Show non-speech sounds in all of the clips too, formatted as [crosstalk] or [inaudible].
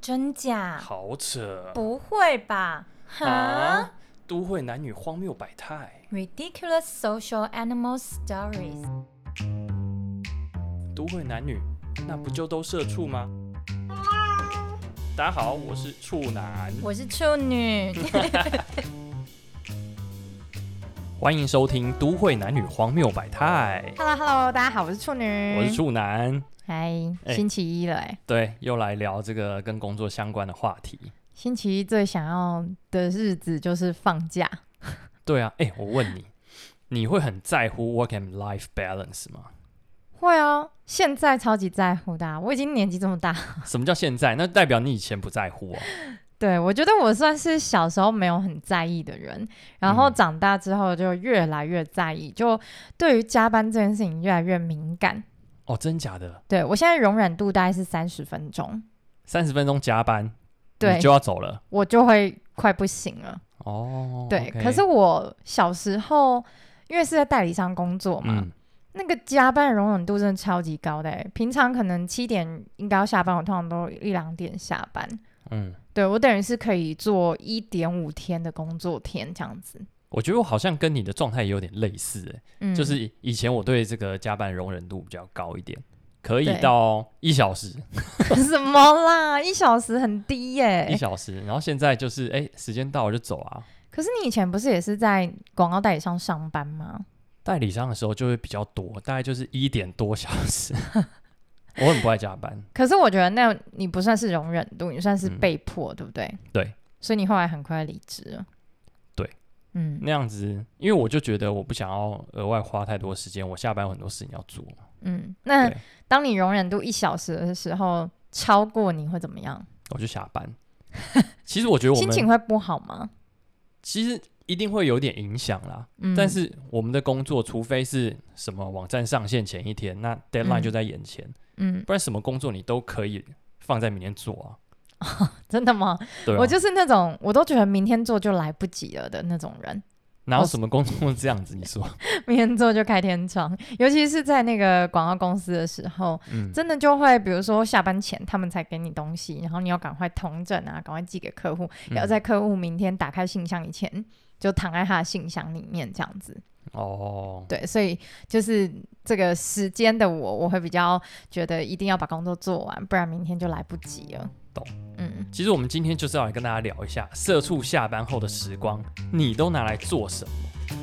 真假？好扯不会吧？啊哈啊！都会男女荒谬百态， ，Ridiculous social animal stories。都会男女那不就都社畜吗？大家好，我是处男，我是处女，欢迎收听《都会男女荒谬百态 Hello Hello，大家好，我是处女，》，我是处男。嗨哎星期一了哎、对，又来聊这个跟工作相关的话题。星期一最想要的日子就是放假。对啊，哎、我问你，你会很在乎 work and life balance 吗？会哦，现在超级在乎的啊、我已经年纪这么大， [laughs] 什么叫现在？那代表你以前不在乎哦。对我觉得我算是小时候没有很在意的人，然后嗯长大之后就越来越在意，就对于加班这件事情越来越敏感。哦，真假的？对我现在容忍度大概是三十分钟，三十分钟加班，对你就要走了。我就会快不行了。哦，对 OK 可是我小时候因为是在代理商工作嘛，嗯，那个加班容忍度真的超级高的欸、平常可能七点应该要下班，我通常都一两点下班。嗯，对我等于是可以做一点五天的工作天这样子。我觉得我好像跟你的状态有点类似、欸，嗯， [laughs] 就是以以前我对这个加班容忍度比较高一点，可以对到一小时，什么啦，一小时很低耶、一小时，然后现在就是哎、时间到我就走啊。可是你以前不是也是在广告代理商上班吗？代理商的时候就会比较多，大概就是一点多小时。 [laughs] 我很不爱加班，可是我觉得那你不算是容忍度，你算是嗯被迫，对不对？对。所以你后来很快离职了。对。嗯那样子，因为我就觉得我不想要额外花太多时间，我下班有很多事情要做。嗯，那对当你容忍度一小时的时候超过，你会怎么样？我就下班。其实我觉得我心情们会不好吗？其实一定会有点影响啦，嗯，但是我们的工作，除非是什么网站上线前一天，那 deadline 嗯就在眼前，嗯，不然什么工作你都可以放在明天做啊。真的吗？对啊，我就是那种我都觉得明天做就来不及了的那种人， [laughs] 哪有什么工作这样子？你说，明天做就开天窗，尤其是在那个广告公司的时候，嗯，真的就会，比如说下班前他们才给你东西，然后你要赶快统整啊，赶快寄给客户，嗯要在客户明天打开信箱以前就躺在他的信箱里面这样子。哦，对，所以就是这个时间的我，我会比较觉得一定要把工作做完，不然明天就来不及了。懂？嗯，其实我们今天就是要来跟大家聊一下社畜下班后的时光，你都拿来做什么？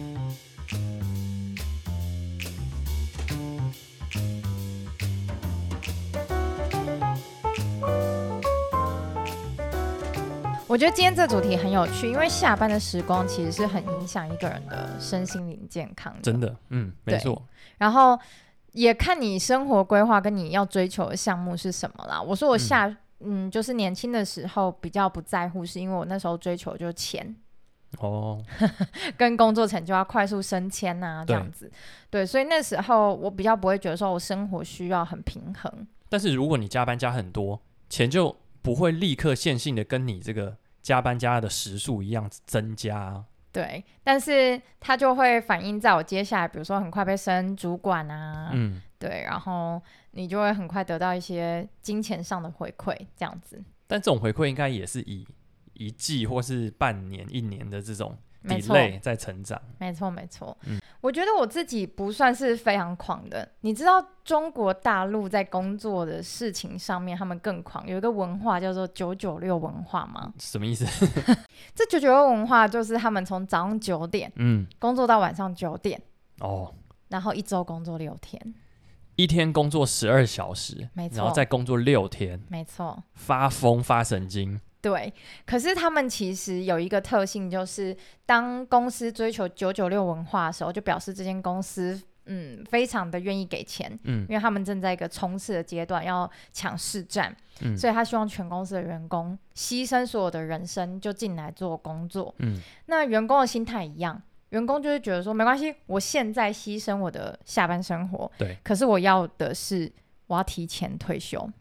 我觉得今天这主题很有趣，因为下班的时光其实是很影响一个人的身心灵健康的。真的，嗯，没对错，然后也看你生活规划跟你要追求的项目是什么啦。我说我下嗯就是年轻的时候比较不在乎，是因为我那时候追求就是钱，哦，跟工作成就要快速升迁啊这对样子。对，所以那时候我比较不会觉得说我生活需要很平衡。但是如果你加班加很多，钱就不会立刻线性的跟你这个加班加的时数一样增加、啊。对，但是它就会反映在我接下来，比如说很快被升主管啊，嗯，对，然后你就会很快得到一些金钱上的回馈，这样子，但这种回馈应该也是以一季或是半年、一年的这种没错。 delay 在成长。没错，没错。嗯我觉得我自己不算是非常狂的。你知道中国大陆在工作的事情上面，他们更狂，有一个文化叫做“九九六”文化吗？什么意思？ [laughs] 这“九九六”文化就是他们从早上九点嗯，工作到晚上九点，哦，然后一周工作六天。一天工作十二小时，没错然后再工作六天，没错，发疯发神经。对。可是他们其实有一个特性，就是当公司追求“九九六”文化的时候，就表示这间公司。嗯，非常的愿意给钱，嗯因为他们正在一个冲刺的阶段，要抢市占，嗯所以他希望全公司的员工牺牲所有的人生就进来做工作。嗯，那员工的心态一样，员工就会觉得说没关系，我现在牺牲我的下班生活，对，可是我要的是我要提前退休。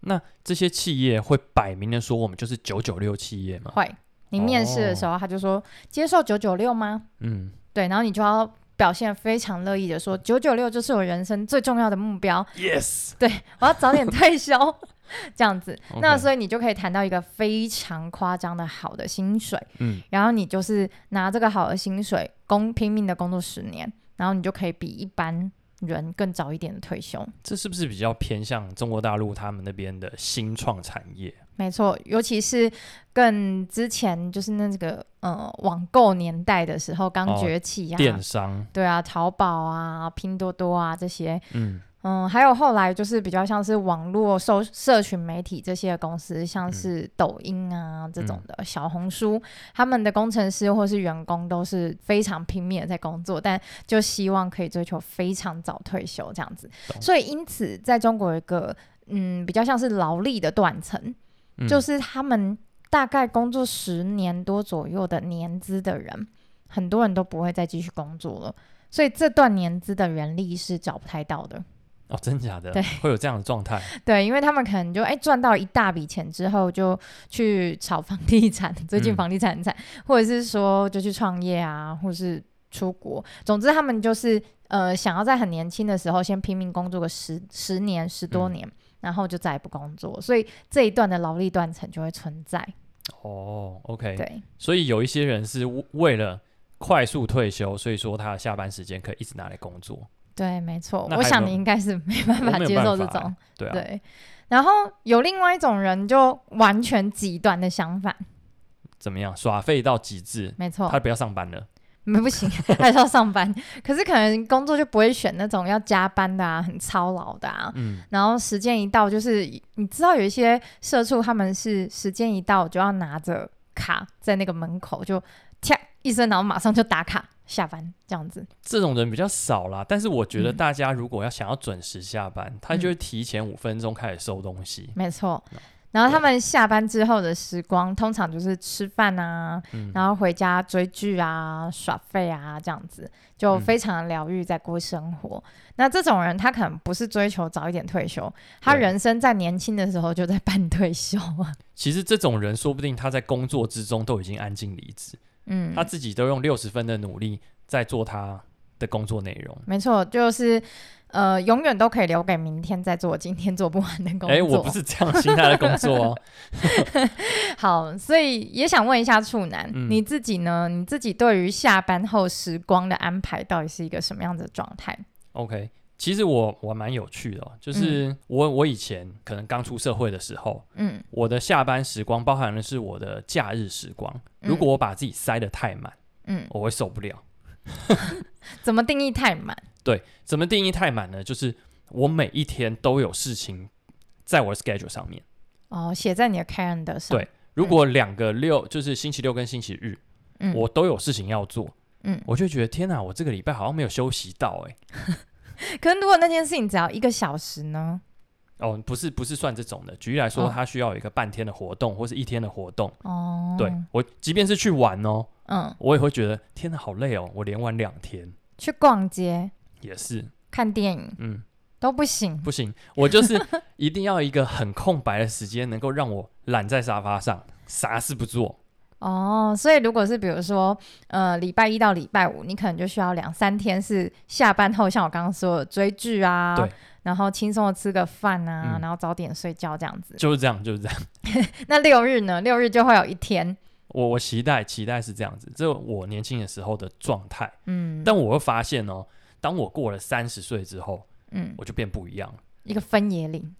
那这些企业会摆明的说我们就是九九六企业嘛？会，哦你面试的时候他就说接受九九六吗？嗯，对，然后你就要。表现非常乐意的说，九九六就是我人生最重要的目标， Yes，我要早点退休。 [laughs] 这样子。 OK 那所以你就可以谈到一个非常夸张的好的薪水，嗯，然后你就是拿这个好的薪水工拼命的工作十年，然后你就可以比一般人更早一点的退休。这是不是比较偏向中国大陆他们那边的新创产业？没错，尤其是更之前就是那这个呃网购年代的时候刚哦崛起啊，电商，对啊，淘宝啊、拼多多啊这些，嗯，嗯，还有后来就是比较像是网络社社群媒体这些公司，像嗯是抖音啊这种的、小红书，他们的工程师或是员工都是非常拼命的在工作，但就希望可以追求非常早退休这样子。懂所以因此，在中国有一个嗯比较像是劳力的断层，嗯就是他们大概工作十年多左右的年资的人，很多人都不会再继续工作了。所以这段年资的人力是找不太到的， [laughs] 哦，真假的对，会有这样的状态，对，因为他们可能就哎赚到一大笔钱之后，就去炒房地产，最近嗯房地产很惨，或者是说就去创业啊，或是出国，总之他们就是呃想要在很年轻的时候先拼命工作个十十年十多嗯年，然后就再也不工作，所以这一段的劳力断层就会存在。哦，OK，对，所以有一些人是为为了快速退休，所以说他的下班时间可以一直拿来工 [laughs] 作。对，没错，那我还有想没有你应该是没办我法没有接办受这法种，对啊，对。然后有另外一种人，就完全极端的相反，怎么样耍废到极致，没错，他不要上班了。没不行，还是要上班。 [laughs] 可是可能工作就不会选那种要加班的啊，很操劳的啊。嗯，然后时间一到，就是你知道有一些社畜他们是时间一到就要拿着卡在那个门口就啪一声，然后马上就打卡下班这样子。这种人比较少啦，但是我觉得嗯大家如果要想要准时下班，他嗯就会提前五分钟开始收东西。没错。然后他们下班之后的时光，通常就是吃饭啊，嗯然后回家追剧啊、耍废啊，这样子就嗯非常疗愈，在过生活。那这种人，他可能不是追求早一点退休，他对人生在年轻的时候就在半退休 [laughs] 啊。其实这种人说不定他在工作之中都已经安静离职，嗯，他自己都用六十分的努力在做他的工作内容。没错，就是呃，永远都可以留给明天再做今天做不完的工作。哎，我不是这样心态的工作哦。好，所以也想问一下处男，嗯你自己呢？你自己对于下班后时光的安排到底是一个什么样子的状态？ OK，其实我我蛮有趣的、哦，就是我、我以前可能刚出社会的时候，嗯，我的下班时光包含的是我的假日时光。如果我把自己塞得太满，嗯，我会受不了。怎么定义太满？对，怎么定义太满呢？就是我每一天都有事情在我的 schedule 上面。哦，写在你的 calendar 上。对，如果两个六就是星期六跟星期日，嗯，我都有事情要做，嗯，我就觉得天哪，我这个礼拜好像没有休息到哎、可是如果那件事情只要一个小时呢？哦，不是不是算这种的，举例来说，哦它需要有一个半天的活动或是一天的活动，哦，对我，即便是去玩哦，嗯，我也会觉得天哪，好累哦，我连玩两天去逛街、也是，看电影嗯，都不行。不行，我就是 [laughs] 一定要一个很空白的时间，能够让我懒在沙发上，啥事不做。哦，所以如果是比如说，呃，礼拜一到礼拜五，你可能就需要两三天是下班后，像我刚刚说的追剧啊对，然后轻松的吃个饭啊，嗯然后早点睡觉这样子。就是这样，就是这样。那六日呢？六日就会有一天，我我期待期待是这样子，这我年轻的时候的状态。嗯，但我会发现哦，当我过了三十岁之后，嗯，我就变不一样了，一个分野岭。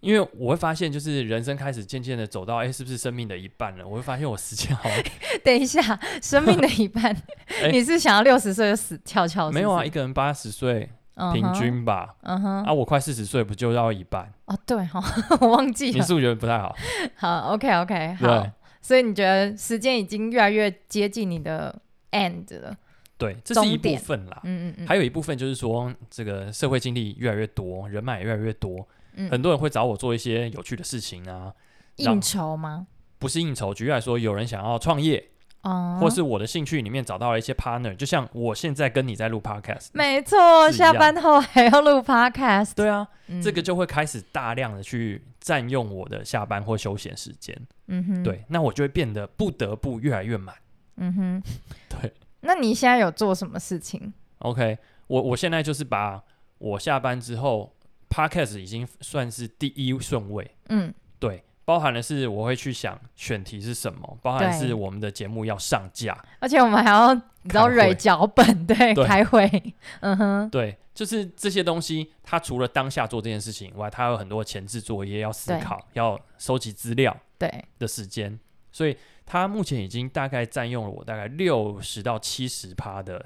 因为我会发现，就是人生开始渐渐的走到，哎，是不是生命的一半了？我会发现我时间好像 [laughs] [laughs] 等一下，生命的一半， [laughs] 哎你是想要六十岁就死翘翘？没有啊，一哦是嗯个人八十岁不是平，均吧，嗯哼，嗯哼啊，我快四十岁不就要一半？哦，对哈、哦， [laughs] 我忘记你了。数学不太好，好，OK OK，好对。所以你觉得时间已经越来越接近你的 end 了？对，这是一终部点分啦。嗯嗯嗯，还有一部分就是说，这个社会经历越来越多，人脉也越来越多，嗯很多人会找我做一些有趣的事情啊，应酬吗？不是应酬。举例来说，有人想要创业，哦、或是我的兴趣里面找到了一些 partner，就像我现在跟你在录 podcast，没错，是一下样班后还要录 podcast，、对啊，嗯这个就会开始大量的去占用我的下班或休闲时间，嗯哼，，对，那我就会变得不得不越来越满。嗯哼，对。那你现在有做什么事情？ OK，我我现在就是把我下班之后 podcast 已经算是第一顺位，嗯，对，包含的是我会去想选题是什么，包含对是我们的节目要上架，而且我们还要你知道开会蕊脚本，对，对开会，嗯哼，对，就是这些东西，它除了当下做这件事情以外，它有很多前置作业要思对考，要收集资料对，的时间，所以它目前已经大概占用了我大概六十到七十趴的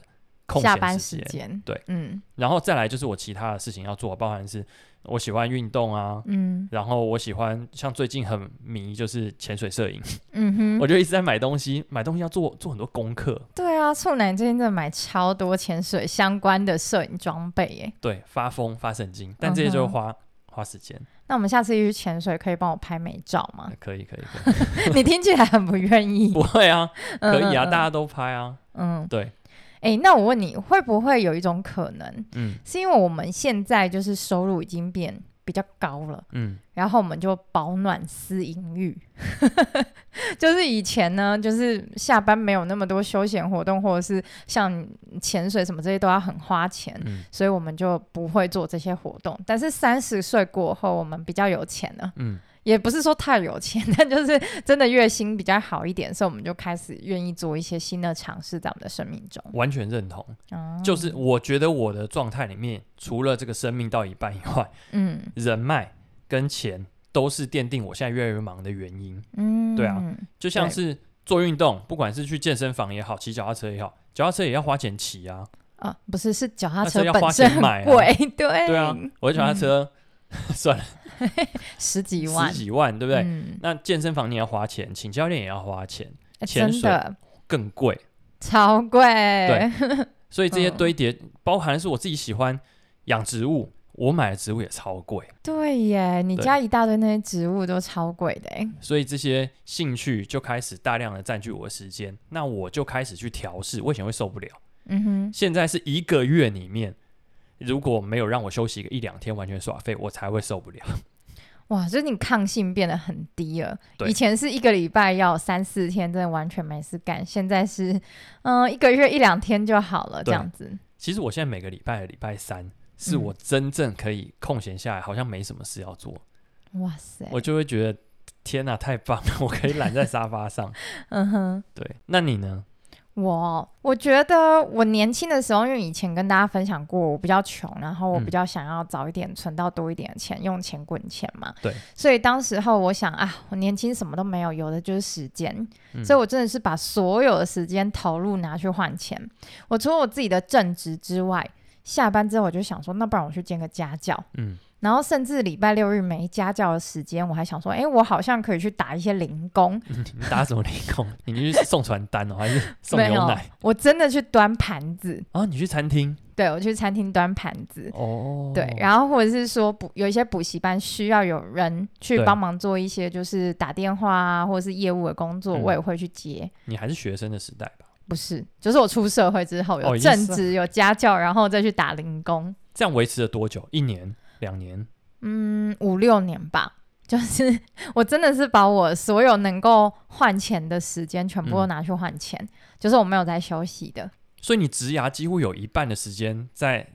空下闲班时时间，间，对，嗯然后再来就是我其他的事情要做，包含是我喜欢运动啊，嗯然后我喜欢像最近很迷就是潜水摄影，嗯我哼，就一直在买东西，买东西要做做很多功课，对啊，处男最近真的买超多潜水相关的摄影装备耶。对，发疯发神经，但这些就嗯会哼花、花时间，那我们下次一起去潜水，可以帮我拍美照吗 [laughs] 呃？可以可以可以，你听起来很不愿 [laughs] 意，不会啊，可以啊，嗯大家都拍啊，嗯，嗯对，哎、那我问你，会不会有一种可能，嗯是因为我们现在就是收入已经变比较高了，嗯，然后我们就保暖思淫欲， [laughs] 就是以前呢，就是下班没有那么多休闲活动，或者是像潜水什么这些都要很花钱，嗯所以我们就不会做这些活动。但是三十岁过后，我们比较有钱了，嗯，也不是说太有钱， [laughs] 但就是真的月薪比较好一点，所以我们就开始愿意做一些新的尝试在我们的生命中。完全认同。哦就是我觉得我的状态里面，除了这个生命到一半以外，嗯人脉跟钱都是奠定我现在越来越忙的原因。嗯，对啊，就像对是做运动，不管是去健身房也好，骑脚踏车也好，脚踏车也要花钱骑啊。啊，不是是脚踏那车车要花本身钱买啊很贵，对对啊，我的脚踏车、 [laughs] 算了十几万，十几万，对不对？嗯那健身房你要花钱，请教练也要花钱，欸潜真的更贵。超贵， [laughs] 对，所以这些嗯堆叠，包含是我自己喜欢养植物，我买的植物也超贵。耶，你对家一大堆那些植物都超贵的欸，所以这些兴趣就开始大量的占据我的时间，那我就开始去调试。我以前会受不了，嗯哼，现在是一个月里面，如果没有让我休息个一两天完全耍废，我才会受不了。哇，就是你抗性变得很低了，对以前是一个礼拜要三四天，真的完全没事干，现在是嗯、一个月一两天就好了，这对样子，其实我现在每个礼拜的礼拜三，是我嗯真正可以空闲下来，好像没什么事要做，哇塞，我就会觉得天哪、太棒了！我可以懒在沙 [laughs] 发上。嗯哼。对，那你呢？我我觉得我年轻的时候，因为以前跟大家分享过，我比较穷，然后我嗯比较想要早一点存到多一点的钱，用钱滚钱嘛。对。所以当时候我想啊，我年轻什么都没有，有的就是时间，嗯所以我真的是把所有的时间投入拿去换钱。我除了我自己的正职之外，下班之后我就想说，那不然我去兼个家教。嗯然后甚至礼拜六日没家教的时间，我还想说，哎，我好像可以去打一些零工，嗯你打什么零工？你去送传单哦，还是送没牛有奶？我真的去端盘子，啊？你去餐厅对我去餐厅端盘子。哦？对，然后或者是说补有一些补习班需要有人去对帮忙做一些就是打电话啊，或者是业务的工作，嗯我也会去接。你还是学生的时代吧？不是，就是我出社会之后哦有已经正是职、有家教，然后再去打零工，这样维持了多久？一年、两年？嗯，五六年吧。就是 [laughs] 我真的是把我所有能够换钱的时间全部都拿去换钱，就是我没有在休息的。所以你职涯几乎有一半的时间在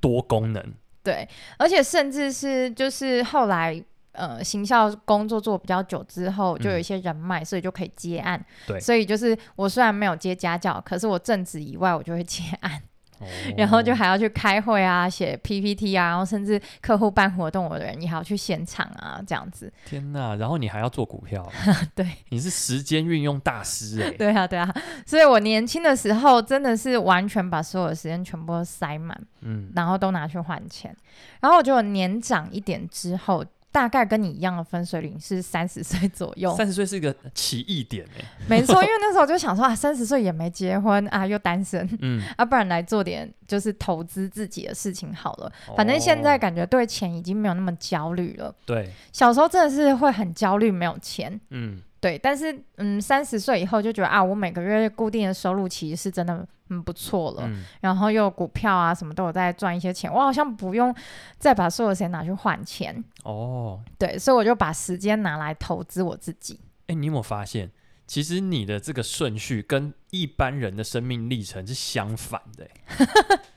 多功能。对，而且甚至是就是后来呃，行销工作做比较久之后，就有一些人脉，所以就可以接案。嗯对所以就是我虽然没有接家教，可是我正职以外我就会接案，哦然后就还要去开会啊、写 PPT 啊，然后甚至客户办活动，我的人也还要去现场啊，这样子。天哪，然后你还要做股票， [laughs] 对，你是时间运用大师哎、对啊，对啊。所以我年轻的时候真的是完全把所有的时间全部都塞满。嗯然后都拿去换钱。然后我觉得我年长一点之后，大概跟你一样的分水岭是三十岁左右。三十岁是一个奇异点哎、没错，因为那时候就想说啊，三十岁也没结婚啊，又单身嗯，啊，不然来做点就是投资自己的事情好了。 [laughs] 反正现在哦、感觉对钱已经没有那么焦虑了。对，小时候真的是会很焦虑，没有钱。嗯对，但是嗯，三十岁以后就觉得啊，我每个月固定的收入其实是真的很不错了。嗯，然后又有股票啊什么都有在赚一些钱，我好像不用再把所有钱拿去换钱，哦，对，所以我就把时间拿来投资我自己。哎、你有没有发现，其实你的这个顺序跟一般人的生命历程是相反的、欸？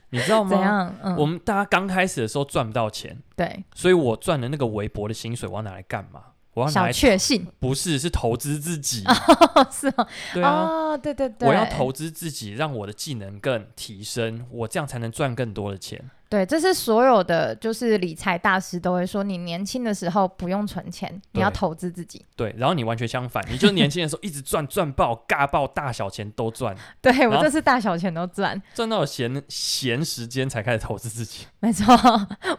你知道 [laughs] 怎吗？样？嗯，我们大家刚开始的时候赚不到钱，对所以我赚的那个微薄的薪水，我要拿来干嘛？我要拿小来确幸不是是投资自己， [laughs] 是哦，对啊，哦，对对对，我要投资自己，让我的技能更提升，我这样才能赚更多的钱。对，这是所有的就是理财大师都会说，你年轻的时候不用存钱，你要对投资自己。对，然后你完全相反，你就是年轻的时候一直赚赚爆、尬爆，大小钱都赚，对我后这次大小钱都赚，赚到闲闲时间才开始投资自己。 [laughs] 没错，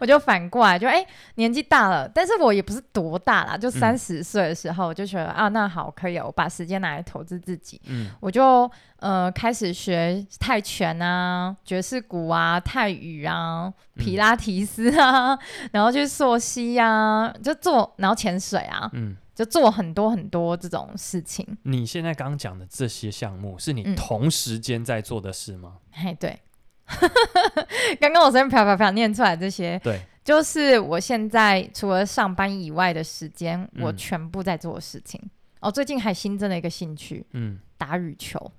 我就反过来就哎、年纪大了，但是我也不是多大啦，就嗯三十岁的时候，我就觉得啊，那好可以哦，我把时间拿来投资自己，嗯，我就呃开始学泰拳啊、爵士鼓啊、泰语啊、嗯皮拉提斯啊， [laughs] 然后去溯溪啊，就做，然后潜水啊，嗯，就做很多很多这种事情。你现在刚讲的这些项目是你嗯同时间在做的事吗？嘿，对， [laughs] 刚刚我随便飘飘飘念出来这些，对，就是我现在除了上班以外的时间，我嗯全部在做的事情。哦，最近还新增了一个兴趣，嗯，打羽球。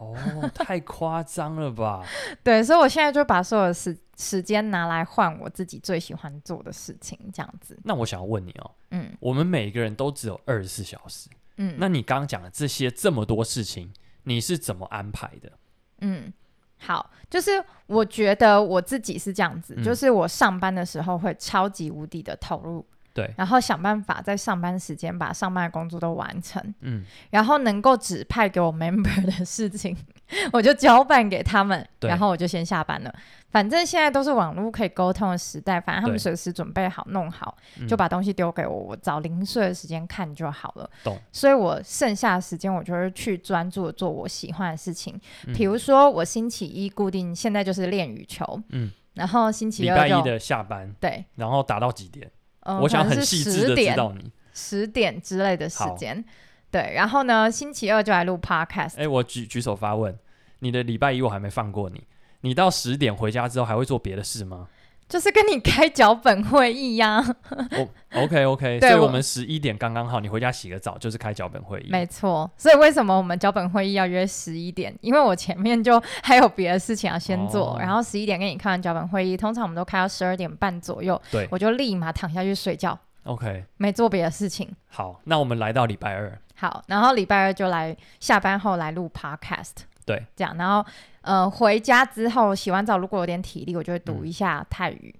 [laughs] 哦，太夸张了吧？对，所以我现在就把所有的时时间拿来换我自己最喜欢做的事情，这样子。那我想要问你哦，嗯我们每个人都只有二十四小时，嗯，那你刚讲的这些这么多事情，你是怎么安排的？嗯，好，就是我觉得我自己是这样子，嗯就是我上班的时候会超级无敌的投入，对，然后想办法在上班时间把上班的工作都完成，嗯，然后能够指派给我 member 的事情， [laughs] 我就交办给他们，对然后我就先下班了。反正现在都是网络可以沟通的时代，反正他们对随时准备好弄好，嗯就把东西丢给我，我找零碎的时间看就好了。懂。所以我剩下的时间，我就会去专注地做我喜欢的事情，嗯比如说我星期一固定现在就是练羽球，嗯，然后星期礼二拜一就的下班，对，然后打到几点？呃、我想可能很是细10致的知点道你。十点之类的时好间。对，然后呢，星期二就来录 podcast，哎、我举举手发问，你的礼拜一我还没放过你，你到十点回家之后还会做别的事吗？就是跟你开脚本会议呀、哦 OK [laughs] OK，对所以我我们十一点刚刚好，你回家洗个澡就是开脚本会议。没错。所以为什么我们脚本会议要约十一点？因为我前面就还有别的事情要先做，哦然后十一点跟你开完脚本会议，通常我们都开到十二点半左右，对我就立马躺下去睡觉， OK，没做别的事情。好，那我们来到礼拜二，好，然后礼拜二就来下班后来录 podcast，对，这样，然后呃回家之后洗完澡，如果有点体力，我就会读嗯一下泰语，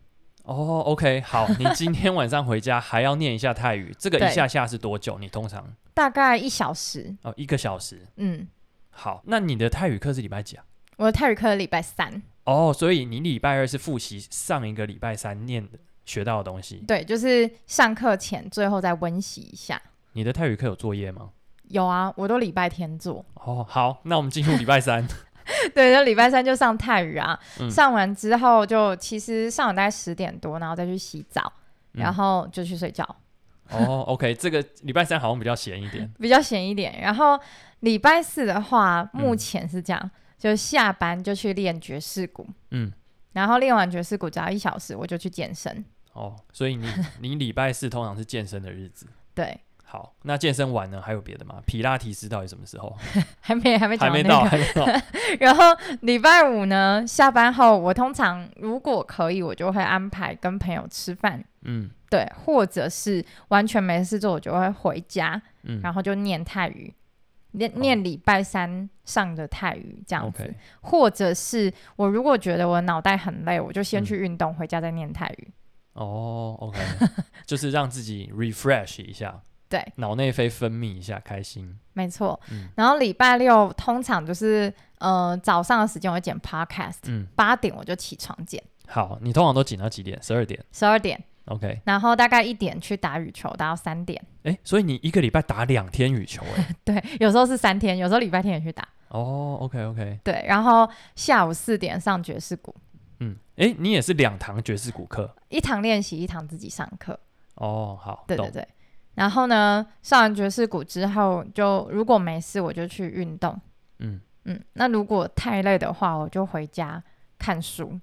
哦、o k 好，你今天晚上回家还要念一下泰语，这个对一下下是多久？你通常大概一小时。哦一个小时。嗯，好，那你的泰语课是礼拜几啊？我的泰语课礼拜三，哦、所以你礼拜二是复习上一个礼拜三念的学到的东西。对，就是上课前最后再温习一下。你的泰语课有作业吗？有啊，我都礼拜天做， [laughs] 哦，好，那我们进入礼拜三。对，就礼拜三就上泰语啊，嗯上完之后就其实上完大概十点多，然后再去洗澡，嗯然后就去睡觉，哦，OK，这个礼拜三好像比较闲一点。比较闲一点。然后礼拜四的话，嗯目前是这样，就下班就去练爵士鼓，嗯，然后练完爵士鼓只要一小时，我就去健身。哦，[laughs] 所以你你礼拜四通常是健身的日子。对，好，那健身完呢，还有别的吗？皮拉提斯到底什么时候？还没还没还讲完没那到，个。还没到。 [laughs] 然后礼拜五呢，下班后我通常如果可以，我就会安排跟朋友吃饭。嗯对，或者是完全没事做，我就会回家，嗯然后就念泰语，念哦念礼拜三上的泰语这样子。 ，OK，或者是我如果觉得我脑袋很累，我就嗯先去运动，回家再念泰语。哦，OK，就是让自己 refresh 一下，对，脑内啡分泌一下，开心。没错。嗯然后礼拜六通常就是呃早上的时间我会剪 podcast，嗯，八点我就起床剪，好，你通常都剪到几点？十二点十二点， ，OK。然后大概一点去打羽球，打到三点。 [laughs] 哎，所以你一个礼拜打两天羽球，哎，对，有时候是三天，有时候礼拜天也去打。哦，OK OK，对，然后下午四点上爵士鼓，嗯，哎，你也是两堂爵士鼓课，一堂练习，一堂自己上课。哦，好，对懂对对。然后呢，上完爵士鼓之后，就如果没事，我就去运动。嗯，嗯，那如果太累的话，我就回家看书。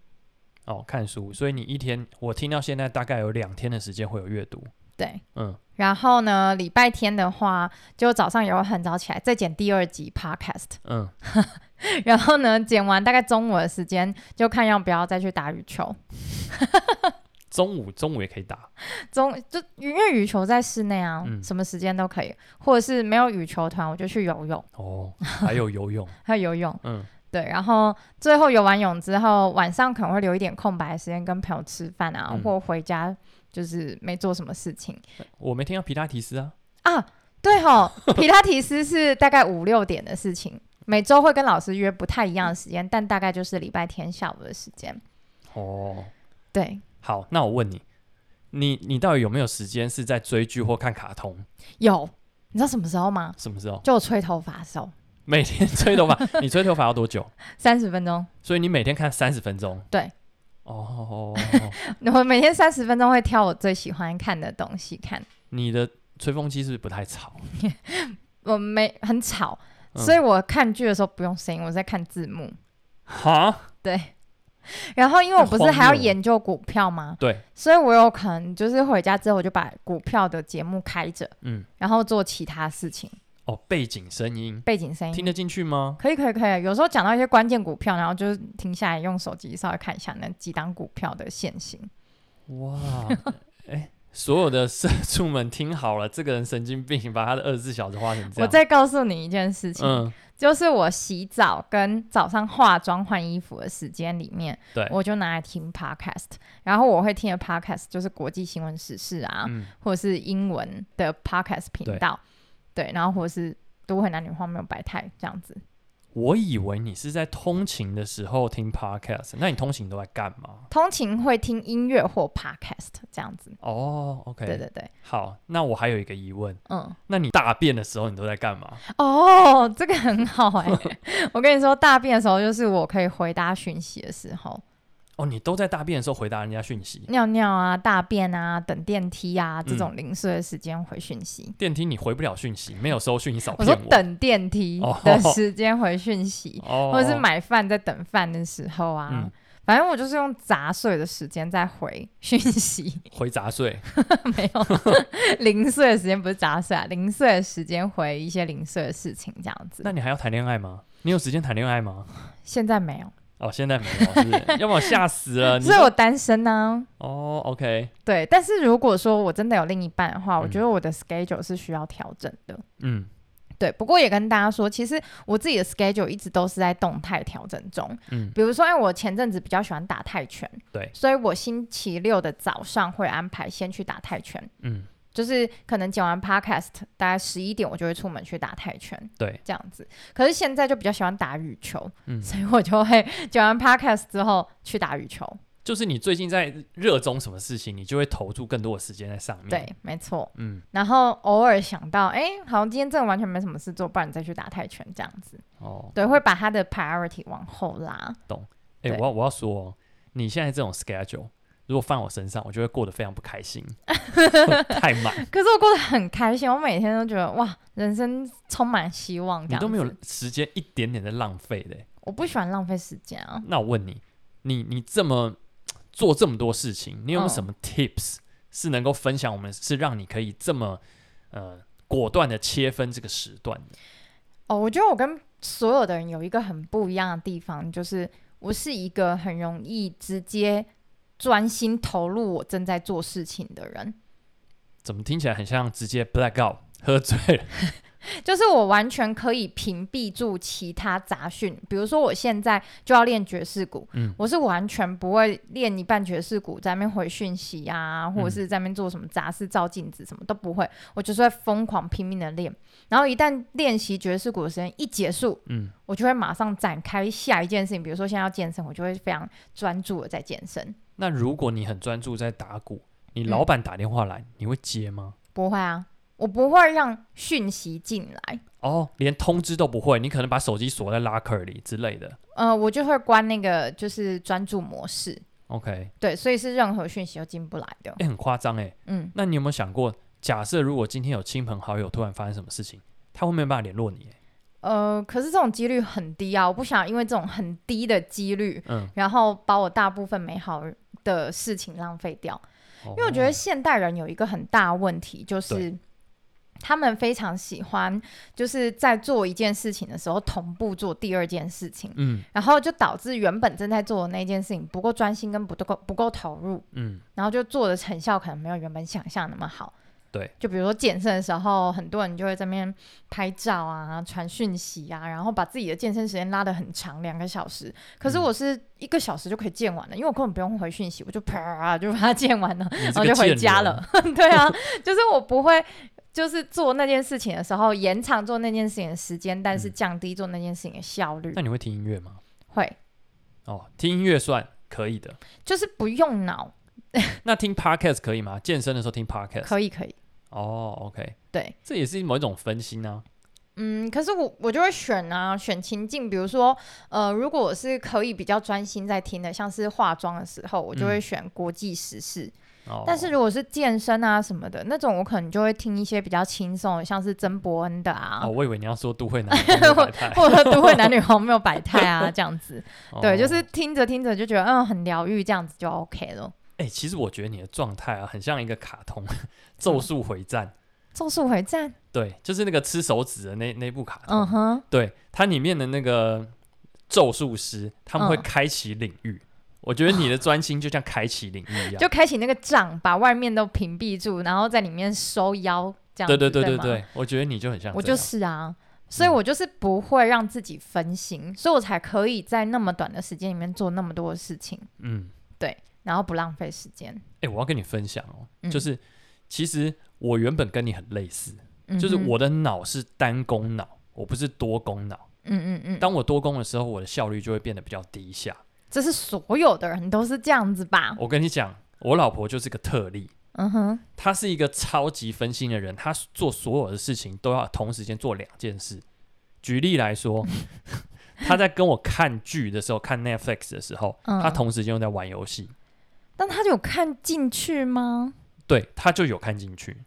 哦，看书，所以你一天，我听到现在大概有两天的时间会有阅读，对，嗯，然后呢，礼拜天的话，就早上也会很早起来再剪第二集 podcast， [laughs] 嗯，然后呢，剪完大概中午的时间，就看要不要再去打羽球。中午中午也可以打，中就因为羽球在室内啊，嗯什么时间都可以，或者是没有羽球团，我就去游泳，哦，还有游泳，还有游泳。 [laughs] 嗯，对，然后最后游完泳之后，晚上可能会留一点空白的时间跟朋友吃饭啊，嗯或回家就是没做什么事情我没听到皮拉提斯啊，啊。对吼，皮拉提斯是大概五六点的事情，每周会跟老师约不太一样的时间，但大概就是礼拜天下午的时间。哦，对，好，那我问你，你你到底有没有时间是在追剧或看卡通？有，你知道什么时候吗？什么时候？就我吹头发的时候，每天吹头发，你吹头发要多久？三十分钟。所以你每天看三十分钟？对。哦，我每天三十分钟会挑我最喜欢看的东西看，你的吹风机是不是不太吵？我没很吵，嗯所以我看剧的时候不用声音，我在看字幕。哈，然后因为我不是还要荒谬研究股票吗？对，所以我有可能就是回家之后我就把股票的节目开着，嗯，然后做其他事情，哦，背景声音背景声听音。得进去吗？可以可以可以，有时候讲到一些关键股票，然后就是停下来用手机稍微看一下那几档股票的现形。哇，哎、 [laughs] 所有的社畜们听好了，这个人神经病，把他的二十四小时花成我这样。再告诉你一啊件事情，嗯，就是我洗澡跟早上化妆换衣服的时间里面，对我就拿来听 podcast，然后我会听的 podcast 就是国际新闻时事啊，嗯或者是英文的 podcast 频道，对然后或者是都会男女荒谬百态这样子。我以为你是在通勤的时候听 podcast，那你通勤都在干嘛？通勤会听音乐或 podcast 这样子。哦，OK，对对对，好，那我还有一个疑问，嗯，那你大便的时候你都在干嘛？哦，这个很好哎、 [laughs] 我跟你说，大便的时候就是我可以回答讯息的时候，哦，你都在大便的时候回答人家讯息，尿尿啊、大便啊、等电梯啊这种零碎的时间回讯息。电梯你回不了讯息，没有收讯，你少我骗说我。等电梯哦的时间回讯息，哦，或者是买饭在等饭的时候啊，嗯反正我就是用杂碎的时间在回讯息， [laughs] 回杂碎，没有 [laughs] 零碎的时间不是杂碎啊，零碎的时间回一些零碎的事情这样子那。你还要谈恋爱吗？你有时间谈恋爱吗？现在没有，哦，现在没有， [laughs] 是不是要不然我吓死呃了。你所以都我单身呢、哦，OK，对，但是如果说我真的有另一半的话，我嗯觉得我的 schedule 是需要调整的。嗯对，不过也跟大家说，其实我自己的 schedule 一直都是在动态调整中。嗯，比如说，因为我前阵子比较喜欢打泰拳，对所以我星期六的早上会安排先去打泰拳，嗯，就是可能剪完 podcast 大概十一点，我就会出门去打泰拳对，这样子。可是现在就比较喜欢打羽球，嗯所以我就会剪完 podcast 之后去打羽球。就是你最近在热衷什么事情，你就会投注更多的时间在上面。，对，没错。嗯，然后偶尔想到，哎，好像今天真的完全没什么事做，不然你再去打泰拳这样子。哦，对，会把他的 priority 往后拉。哎、对我要我要说哦，你现在这种 schedule，如果放我身上，我就会过得非常不开心， [laughs] 太满，可是我过得很开心，我每天都觉得哇，人生充满希望。这你样都没有子时间一点点的浪费的欸。我不喜欢浪费时间啊。那我问你，你你这么做这么多事情，你有没嗯有什么 tips、是能够分享我们，是让你可以这么呃果断的切分这个时段的？哦，我觉得我跟所有的人有一个很不一样的地方，就是我是一个很容易直接专心投入我正在做事情的人，怎么听起来很像直接 black out 喝醉了？就是我完全可以屏蔽住其他杂讯。比如说，我现在就要练爵士鼓，嗯我是完全不会练一半爵士鼓，在那边回讯息啊，或者是在那边做什么杂事、照镜子，什么都不会。我就是会疯狂拼命的练，然后一旦练习爵士鼓的时间一结束，嗯，我就会马上展开下一件事情。比如说现在要健身，我就会非常专注的在健身。那如果你很专注在打鼓，你嗯老板打电话来，你会接吗？不会啊，我不会让讯息进来，哦，连通知都不会，你可能把手机锁在 locker 里之类的。呃，我就会关那个就是专注模式。 OK，对，所以是任何讯息都进不来的。哎、很夸张哎。嗯，那你有没有想过，假设如果今天有亲朋好友突然发生什么事情，他会没有办法联络你欸？呃，可是这种几率很低啊，我不想因为这种很低的几率，嗯，然后把我大部分美好的事情浪费掉。哦因为我觉得现代人有一个很大问题，就是对他们非常喜欢，就是在做一件事情的时候同步做第二件事情，嗯然后就导致原本正在做的那件事情不够专心跟不够不够投入，嗯，然后就做的成效可能没有原本想象那么好。对，就比如说健身的时候，很多人就会在那边拍照啊、传讯息啊，然后把自己的健身时间拉得很长，两个小时。可是嗯我是一个小时就可以健完了，因为我根本不用回讯息，我就啪就把它健完了。 [laughs] 然然哦后就回家了。。哦 [laughs] 对啊，就是我不会，就是做那件事情的时候延长做那件事情的时间，但是嗯降低做那件事情的效率。那你会听音乐吗？会，哦，听音乐算可以的。就是不用脑，那听 podcast 可以吗？健身的时候听 podcast。可以可以。哦，OK，对，这也是某一种分心啊。嗯，可是我我就会选啊，选情境，比如说，呃，如果我是可以比较专心在听的，像是化妆的时候，我就会嗯选国际时事。哦，但是如果是健身啊什么的那种，我可能就会听一些比较轻松的，像是曾伯恩的啊，哦，我以为你要说都 [laughs] 会男女百态。或者都会男女荒谬 [laughs] 百态啊这样子。对，哦就是听着听着就觉得嗯很疗愈，这样子就 OK 了。哎、其实我觉得你的状态啊，很像一个卡通 [laughs] 《咒术回战》。咒术回战，对，就是那个吃手指的那那部卡通。嗯哼，对，它里面的那个咒术师，他们会嗯开启领域。我觉得你的专心就像开启领域一样。就开启那个障，把外面都屏蔽住，然后在里面收腰，这样子对对对对对吗，对，我觉得你就很像这样。我就是啊。所嗯以我就是不会让自己分心，所以我才可以在那么短的时间里面做那么多的事情，嗯，然后不浪费时间。哎、我要跟你分享哦，嗯就是其实我原本跟你很类似，嗯就是哼，我的脑是单功脑，我不是多功脑。嗯嗯嗯，当我多功的时候，我的效率就会变得比较低下。这是所有的人都是这样子吧？ [laughs] 我跟你讲，我老婆就是个特例，嗯哼，她是一个超级分心的人，她做所有的事情都要同时间做两件事。举例来说，她在跟我看剧的时候，看 Netflix 的时候，嗯她同时间又在玩游戏，但他有看进去吗？对，她就有看进去。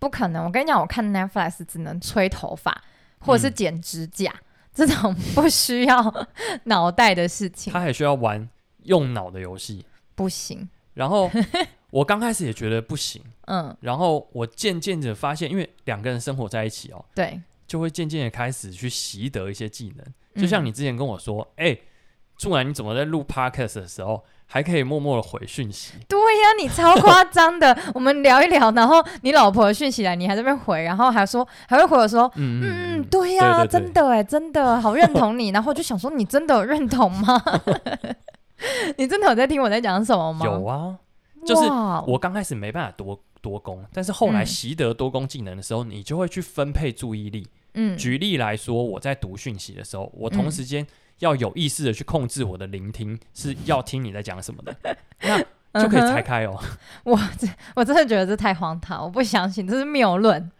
不可能！我跟你讲，我看 Netflix 只能吹头发或嗯者是剪指甲、这种 [laughs] 不需要 [laughs] 脑袋的事情她，还需要玩用脑的游戏。不行。然后我刚开始也觉得不行，嗯，然后我渐渐的发现，因为两个人生活在一起哦，对，就会渐渐的开始去习得一些技能。嗯就像你之前跟我说，哎、祝然你怎么在录 podcast 的时候还可以默默的回讯息？对呀、你超夸张的。 [laughs] 我们聊一聊，然后你老婆的讯息来，你还在那边回，然后还说还会回我说，嗯嗯，对呀、对对对真的哎，真的好认同你。然 [laughs] 后我就想说，你真的有认同吗？ [laughs] 你真的有在听我在讲什么吗？有啊。就是哇我刚开始没办法多多攻，但是后来嗯习得多攻技能的时候，你就会去分配注意力。嗯举例来说，我在读讯息的时候，我同嗯时间要有意识的去控制我的聆听，是要听你在讲什么的，那就可以嗯哼拆开哦。 [laughs] 我这我真的觉得这太荒唐，我不相信，这是谬论。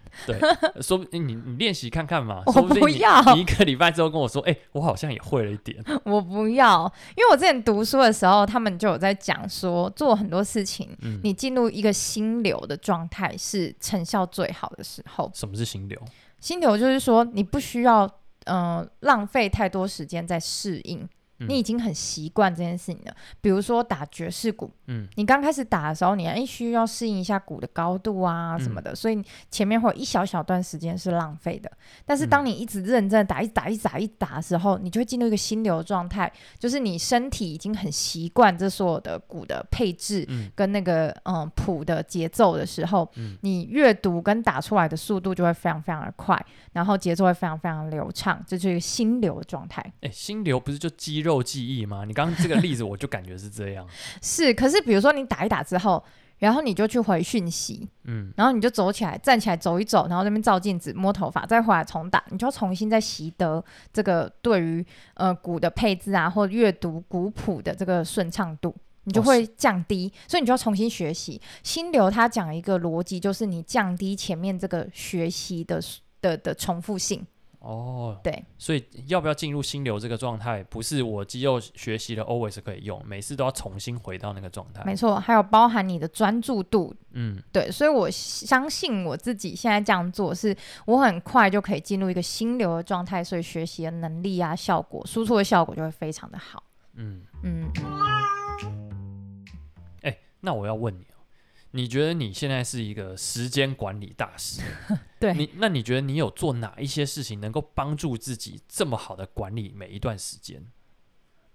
说不定你你练习看看嘛，我说定不你要你一个礼拜之后跟我说，哎、我好像也会了一点。我不要，因为我之前读书的时候，他们就有在讲说，做很多事情，嗯， [laughs] 你进入一个心流的状态是成效最好的时候。什么是心流？心流就是说，你不需要嗯、呃浪费太多时间在适应。嗯你已经很习惯这件事情了，比如说打爵士鼓，嗯你刚开始打的时候，你哎需要适应一下鼓的高度嗯啊什么的，所以前面会有一小小段时间是浪费的。但嗯是当你一直认真地打、一直打、一直打、一直打的时候，你就会进入一个心流状态，就是你身体已经很习惯这所有的鼓的配置嗯跟那个嗯谱的节奏的时候，嗯你阅读跟打出来的速度就会非常非常的快，然后节奏会非常非常地流畅，这就是一个心流的状态。哎、心流不是就肌肉记忆吗？你刚刚这个例子，我就感觉是这样。是，可是比如说你打一打之后，然后你就去回讯息。嗯，然后你就走起来，站起来走一走，然后在那边照镜子、摸头发，再回来重打，你就要重新再习得这个对于呃鼓的配置啊，或阅读古谱的这个顺畅度。你就哦会降低，所以你就要重新学习。心流它讲一个逻辑，就是你降低前面这个学习的的的重复性。哦， [laughs] 对，所以要不要进入心流这个状态，不是我肌肉学习的 always 可以用，每次都要重新回到那个状态。没错，还有包含你的专注度，嗯，对，所以我相信我自己现在这样做是，我很快就可以进入一个心流的状态，所以学习的能力啊、效果、输出的效果就会非常的好。嗯，嗯，那我要问你哦，你觉得你现在是一个时间管理大师， [laughs] 对你那你觉得你有做哪一些事情能够帮助自己这么好的管理每一段时间？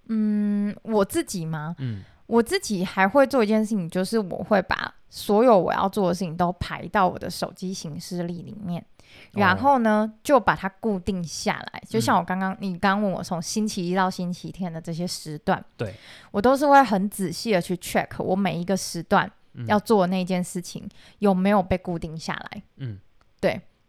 嗯，我自己吗？嗯，我自己还会做一件事情，就是我会把所有我要做的事情都排到我的手机行事历里面，然后呢、就把它固定下来。就像我刚刚、你刚问我从星期一到星期天的这些时段，对我都是会很仔细的去 check 我每一个时段嗯要做的那件事情、有没有被固定下来。嗯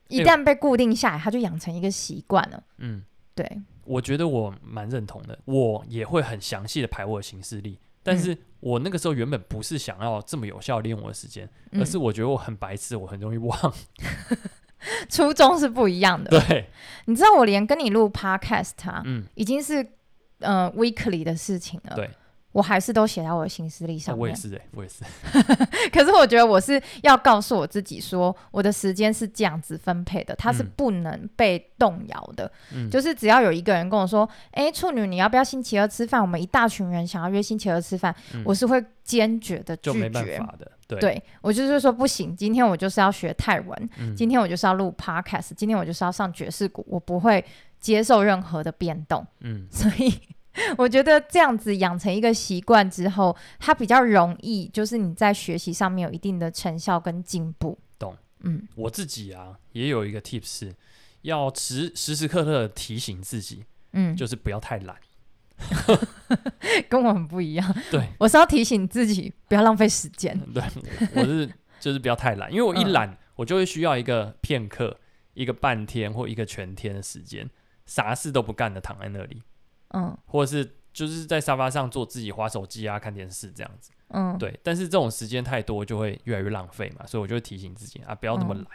一哎旦被固定下来，它就养成一个习惯了。嗯，对，我觉得我蛮认同的，我也会很详细的排我的行事历，嗯但是我那个时候原本不是想要这么有效利用我的时间，而嗯是我觉得我很白痴，我很容易忘。 [laughs] 初衷是不一样的。对，你知道我连跟你录 podcast 啊，嗯，已经是呃 weekly 的事情了。对，我还是都写在我的行事历那上我也面。是哎，我 [laughs] 也是，可是我觉得我是要告诉我自己说，我的时间是这样子分配的，它是嗯不能被动摇的。嗯，就是只要有一个人跟我说：“诶，处女，你要不要星期二吃饭？”我们一大群人想要约星期二吃饭，嗯我是会坚决的拒就没办绝。法的，对，对我就是说不行，今天我就是要学泰文，嗯今天我就是要录 podcast，今天我就是要上爵士鼓，我不会接受任何的变动。嗯所以我觉得这样子养成一个习惯之后，它比较容易，就是你在学习上面有一定的成效跟进步。懂？嗯，我自己啊也有一个 tips 是要时时时刻刻地提醒自己，嗯，就是不要太懒。跟我很不一样。对，我是要提醒自己不要浪费时间。 [laughs] 对，我是就是不要太懒，因为我一嗯懒，我就会需要一个片刻、一个半天或一个全天的时间，啥事都不干的躺在那里，嗯或者是就是在沙发上做自己划手机啊、看电视这样子。嗯，对，但是这种时间太多就会越来越浪费嘛，所以我就会提醒自己啊，不要那么嗯懒。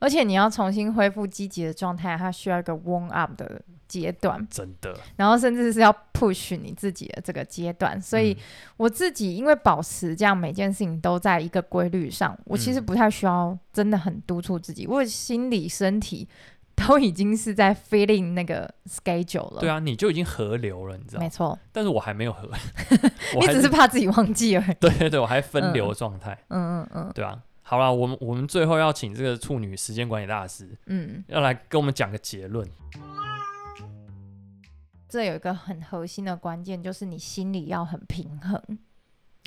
而且你要重新恢复积极的状态，它需要一个 warm up 的阶段，真的，然后甚至是要 push 你自己的这个阶段。所以嗯我自己因为保持这样每件事情都在一个规律上，我其实嗯不太需要真的很督促自己，我心理、身体都已经是在 feeling 那个 schedule 了。对啊，你就已经合流了，你知道没？错，但是我还没 [laughs] 有合，我你还只是怕自己忘记而已。对对对，我还分嗯流状态，嗯嗯嗯对啊。好啦，我们我们最后要请这个处女时间管理大师嗯，要来跟我们讲个结论。这有一个很核心的关键，就是你心里要很平衡。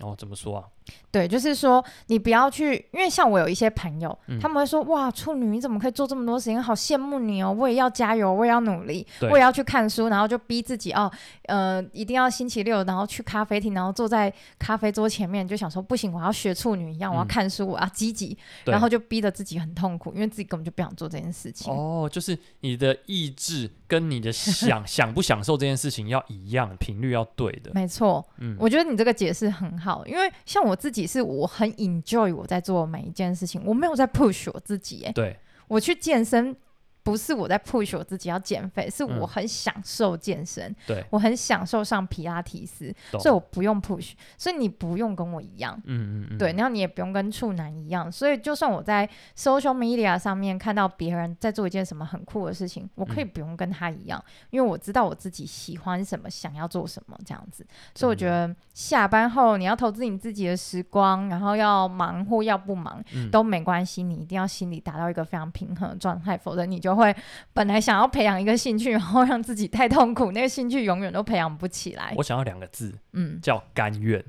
哦，怎么说啊？对，就是说你不要去，因为像我有一些朋友，嗯他们会说：“哇，处女你怎么可以做这么多时间？好羡慕你哦！我也要加油，我也要努力，对我也要去看书，然后就逼自己哦，呃，一定要星期六，然后去咖啡厅，然后坐在咖啡桌前面，就想说不行，我要学处女一样，我要嗯看书，我要积极，对然后就逼得自己很痛苦，因为自己根本就不想做这件事情。哦，就是你的意志跟你 [laughs] 的想想不享受这件事情要一样，频率要对的。没错，嗯，我觉得你这个解释很好，因为像我自己是我很 enjoy 我在做每一件事情，我没有在 push 我自己、欸，对，我去健身不是我在 push 我自己要减肥，是嗯我很享受健身，对我很享受上皮拉提斯，懂。所以我不用 push，所以你不用跟我一样。嗯嗯嗯，对，，然后你也不用跟处男一样，所以就算我在 social media 上面看到别人在做一件什么很酷的事情，我嗯可以不用跟他一样，因为我知道我自己喜欢什么，想要做什么这样子。所以我觉嗯得下班后你要投资你自己的时光，然后要忙或要不忙，嗯都没关系，你一定要心里达到一个非常平衡的状态，否则你就会本来想要培养一个兴趣，然后让自己太痛苦，那个兴趣永远都培养不起来我。想要两个字嗯，叫甘愿。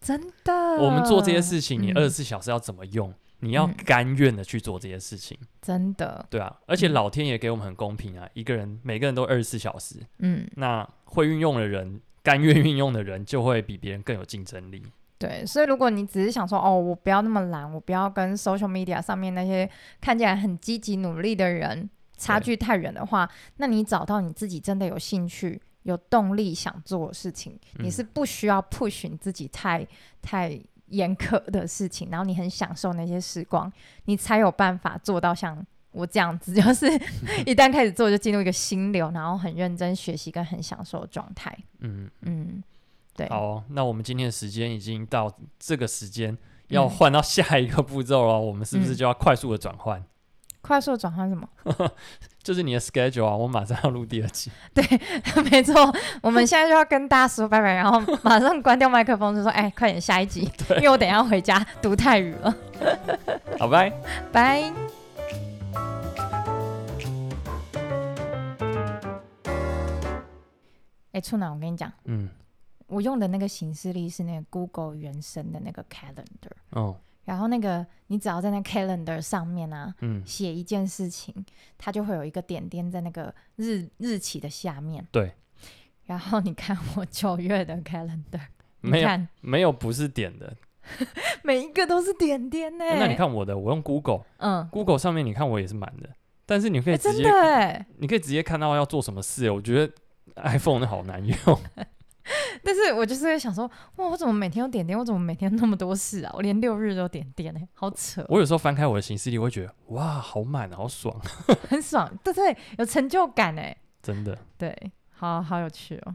真的。我们做这些事情，你啊嗯二十四小时要怎么用？你要嗯甘愿的去做这些事情，真的，对啊。而且嗯老天爷给我们很公平啊，一个人每个人都二十四小时，嗯，那会运用的人，甘愿运用的人，就会比别人更有竞争力。对。所以如果你只是想说，哦，我不要那么懒，我不要跟 social media 上面那些看起来很积极努力的人差对距太远的话，那你找到你自己真的有兴趣。有动力想做的事情，你嗯是不需要 push 你自己太太严苛的事情，然后你很享受那些时光，你才有办法做到像我这样子， [laughs] 就是一旦开始做就进入一个心流，然后很认真学习跟很享受的状态。嗯，嗯，对，好哦，那我们今天的时间已经到这个时间，要嗯换 [laughs] 到下一个步骤了。我们是不是嗯就要快速的转换？快速转换什么？就是你的 schedule 啊，我马上要录第 [laughs] 二集。没错，我们现在就要跟大家说拜拜，然后马上关掉麦克风，就说：“哎、快点下一集，因为我等一下回家读泰语了。好，拜。”拜。哎、处男，我跟你讲，嗯，我用的那个形式力是那个 Google 原生的那个 Calendar，哦，然后那个你只要在那 Calendar 上面啊嗯，写一件事情，它就会有一个点点在那个日日期的下面。对。然后你看我九月的 Calendar， [laughs] 没你有看没有不是点的。每一个都是点点呢、哎那你，看我的，我用 Google，Google 嗯，上面你看我也是满的，但是你可哎、以直真接，的哎，你可以直接看到要做什么事。我觉得 iPhone 好 [laughs] 难用。但是我就是会想说，哇，我怎么每天有点点？我怎么每天那么多事啊？我连六日都点点呢、好扯，哦我有时候翻开我的行事历，我会觉得哇，好满，好爽，啊很爽，对对，有成就感哎、真的。对，好好有趣哦。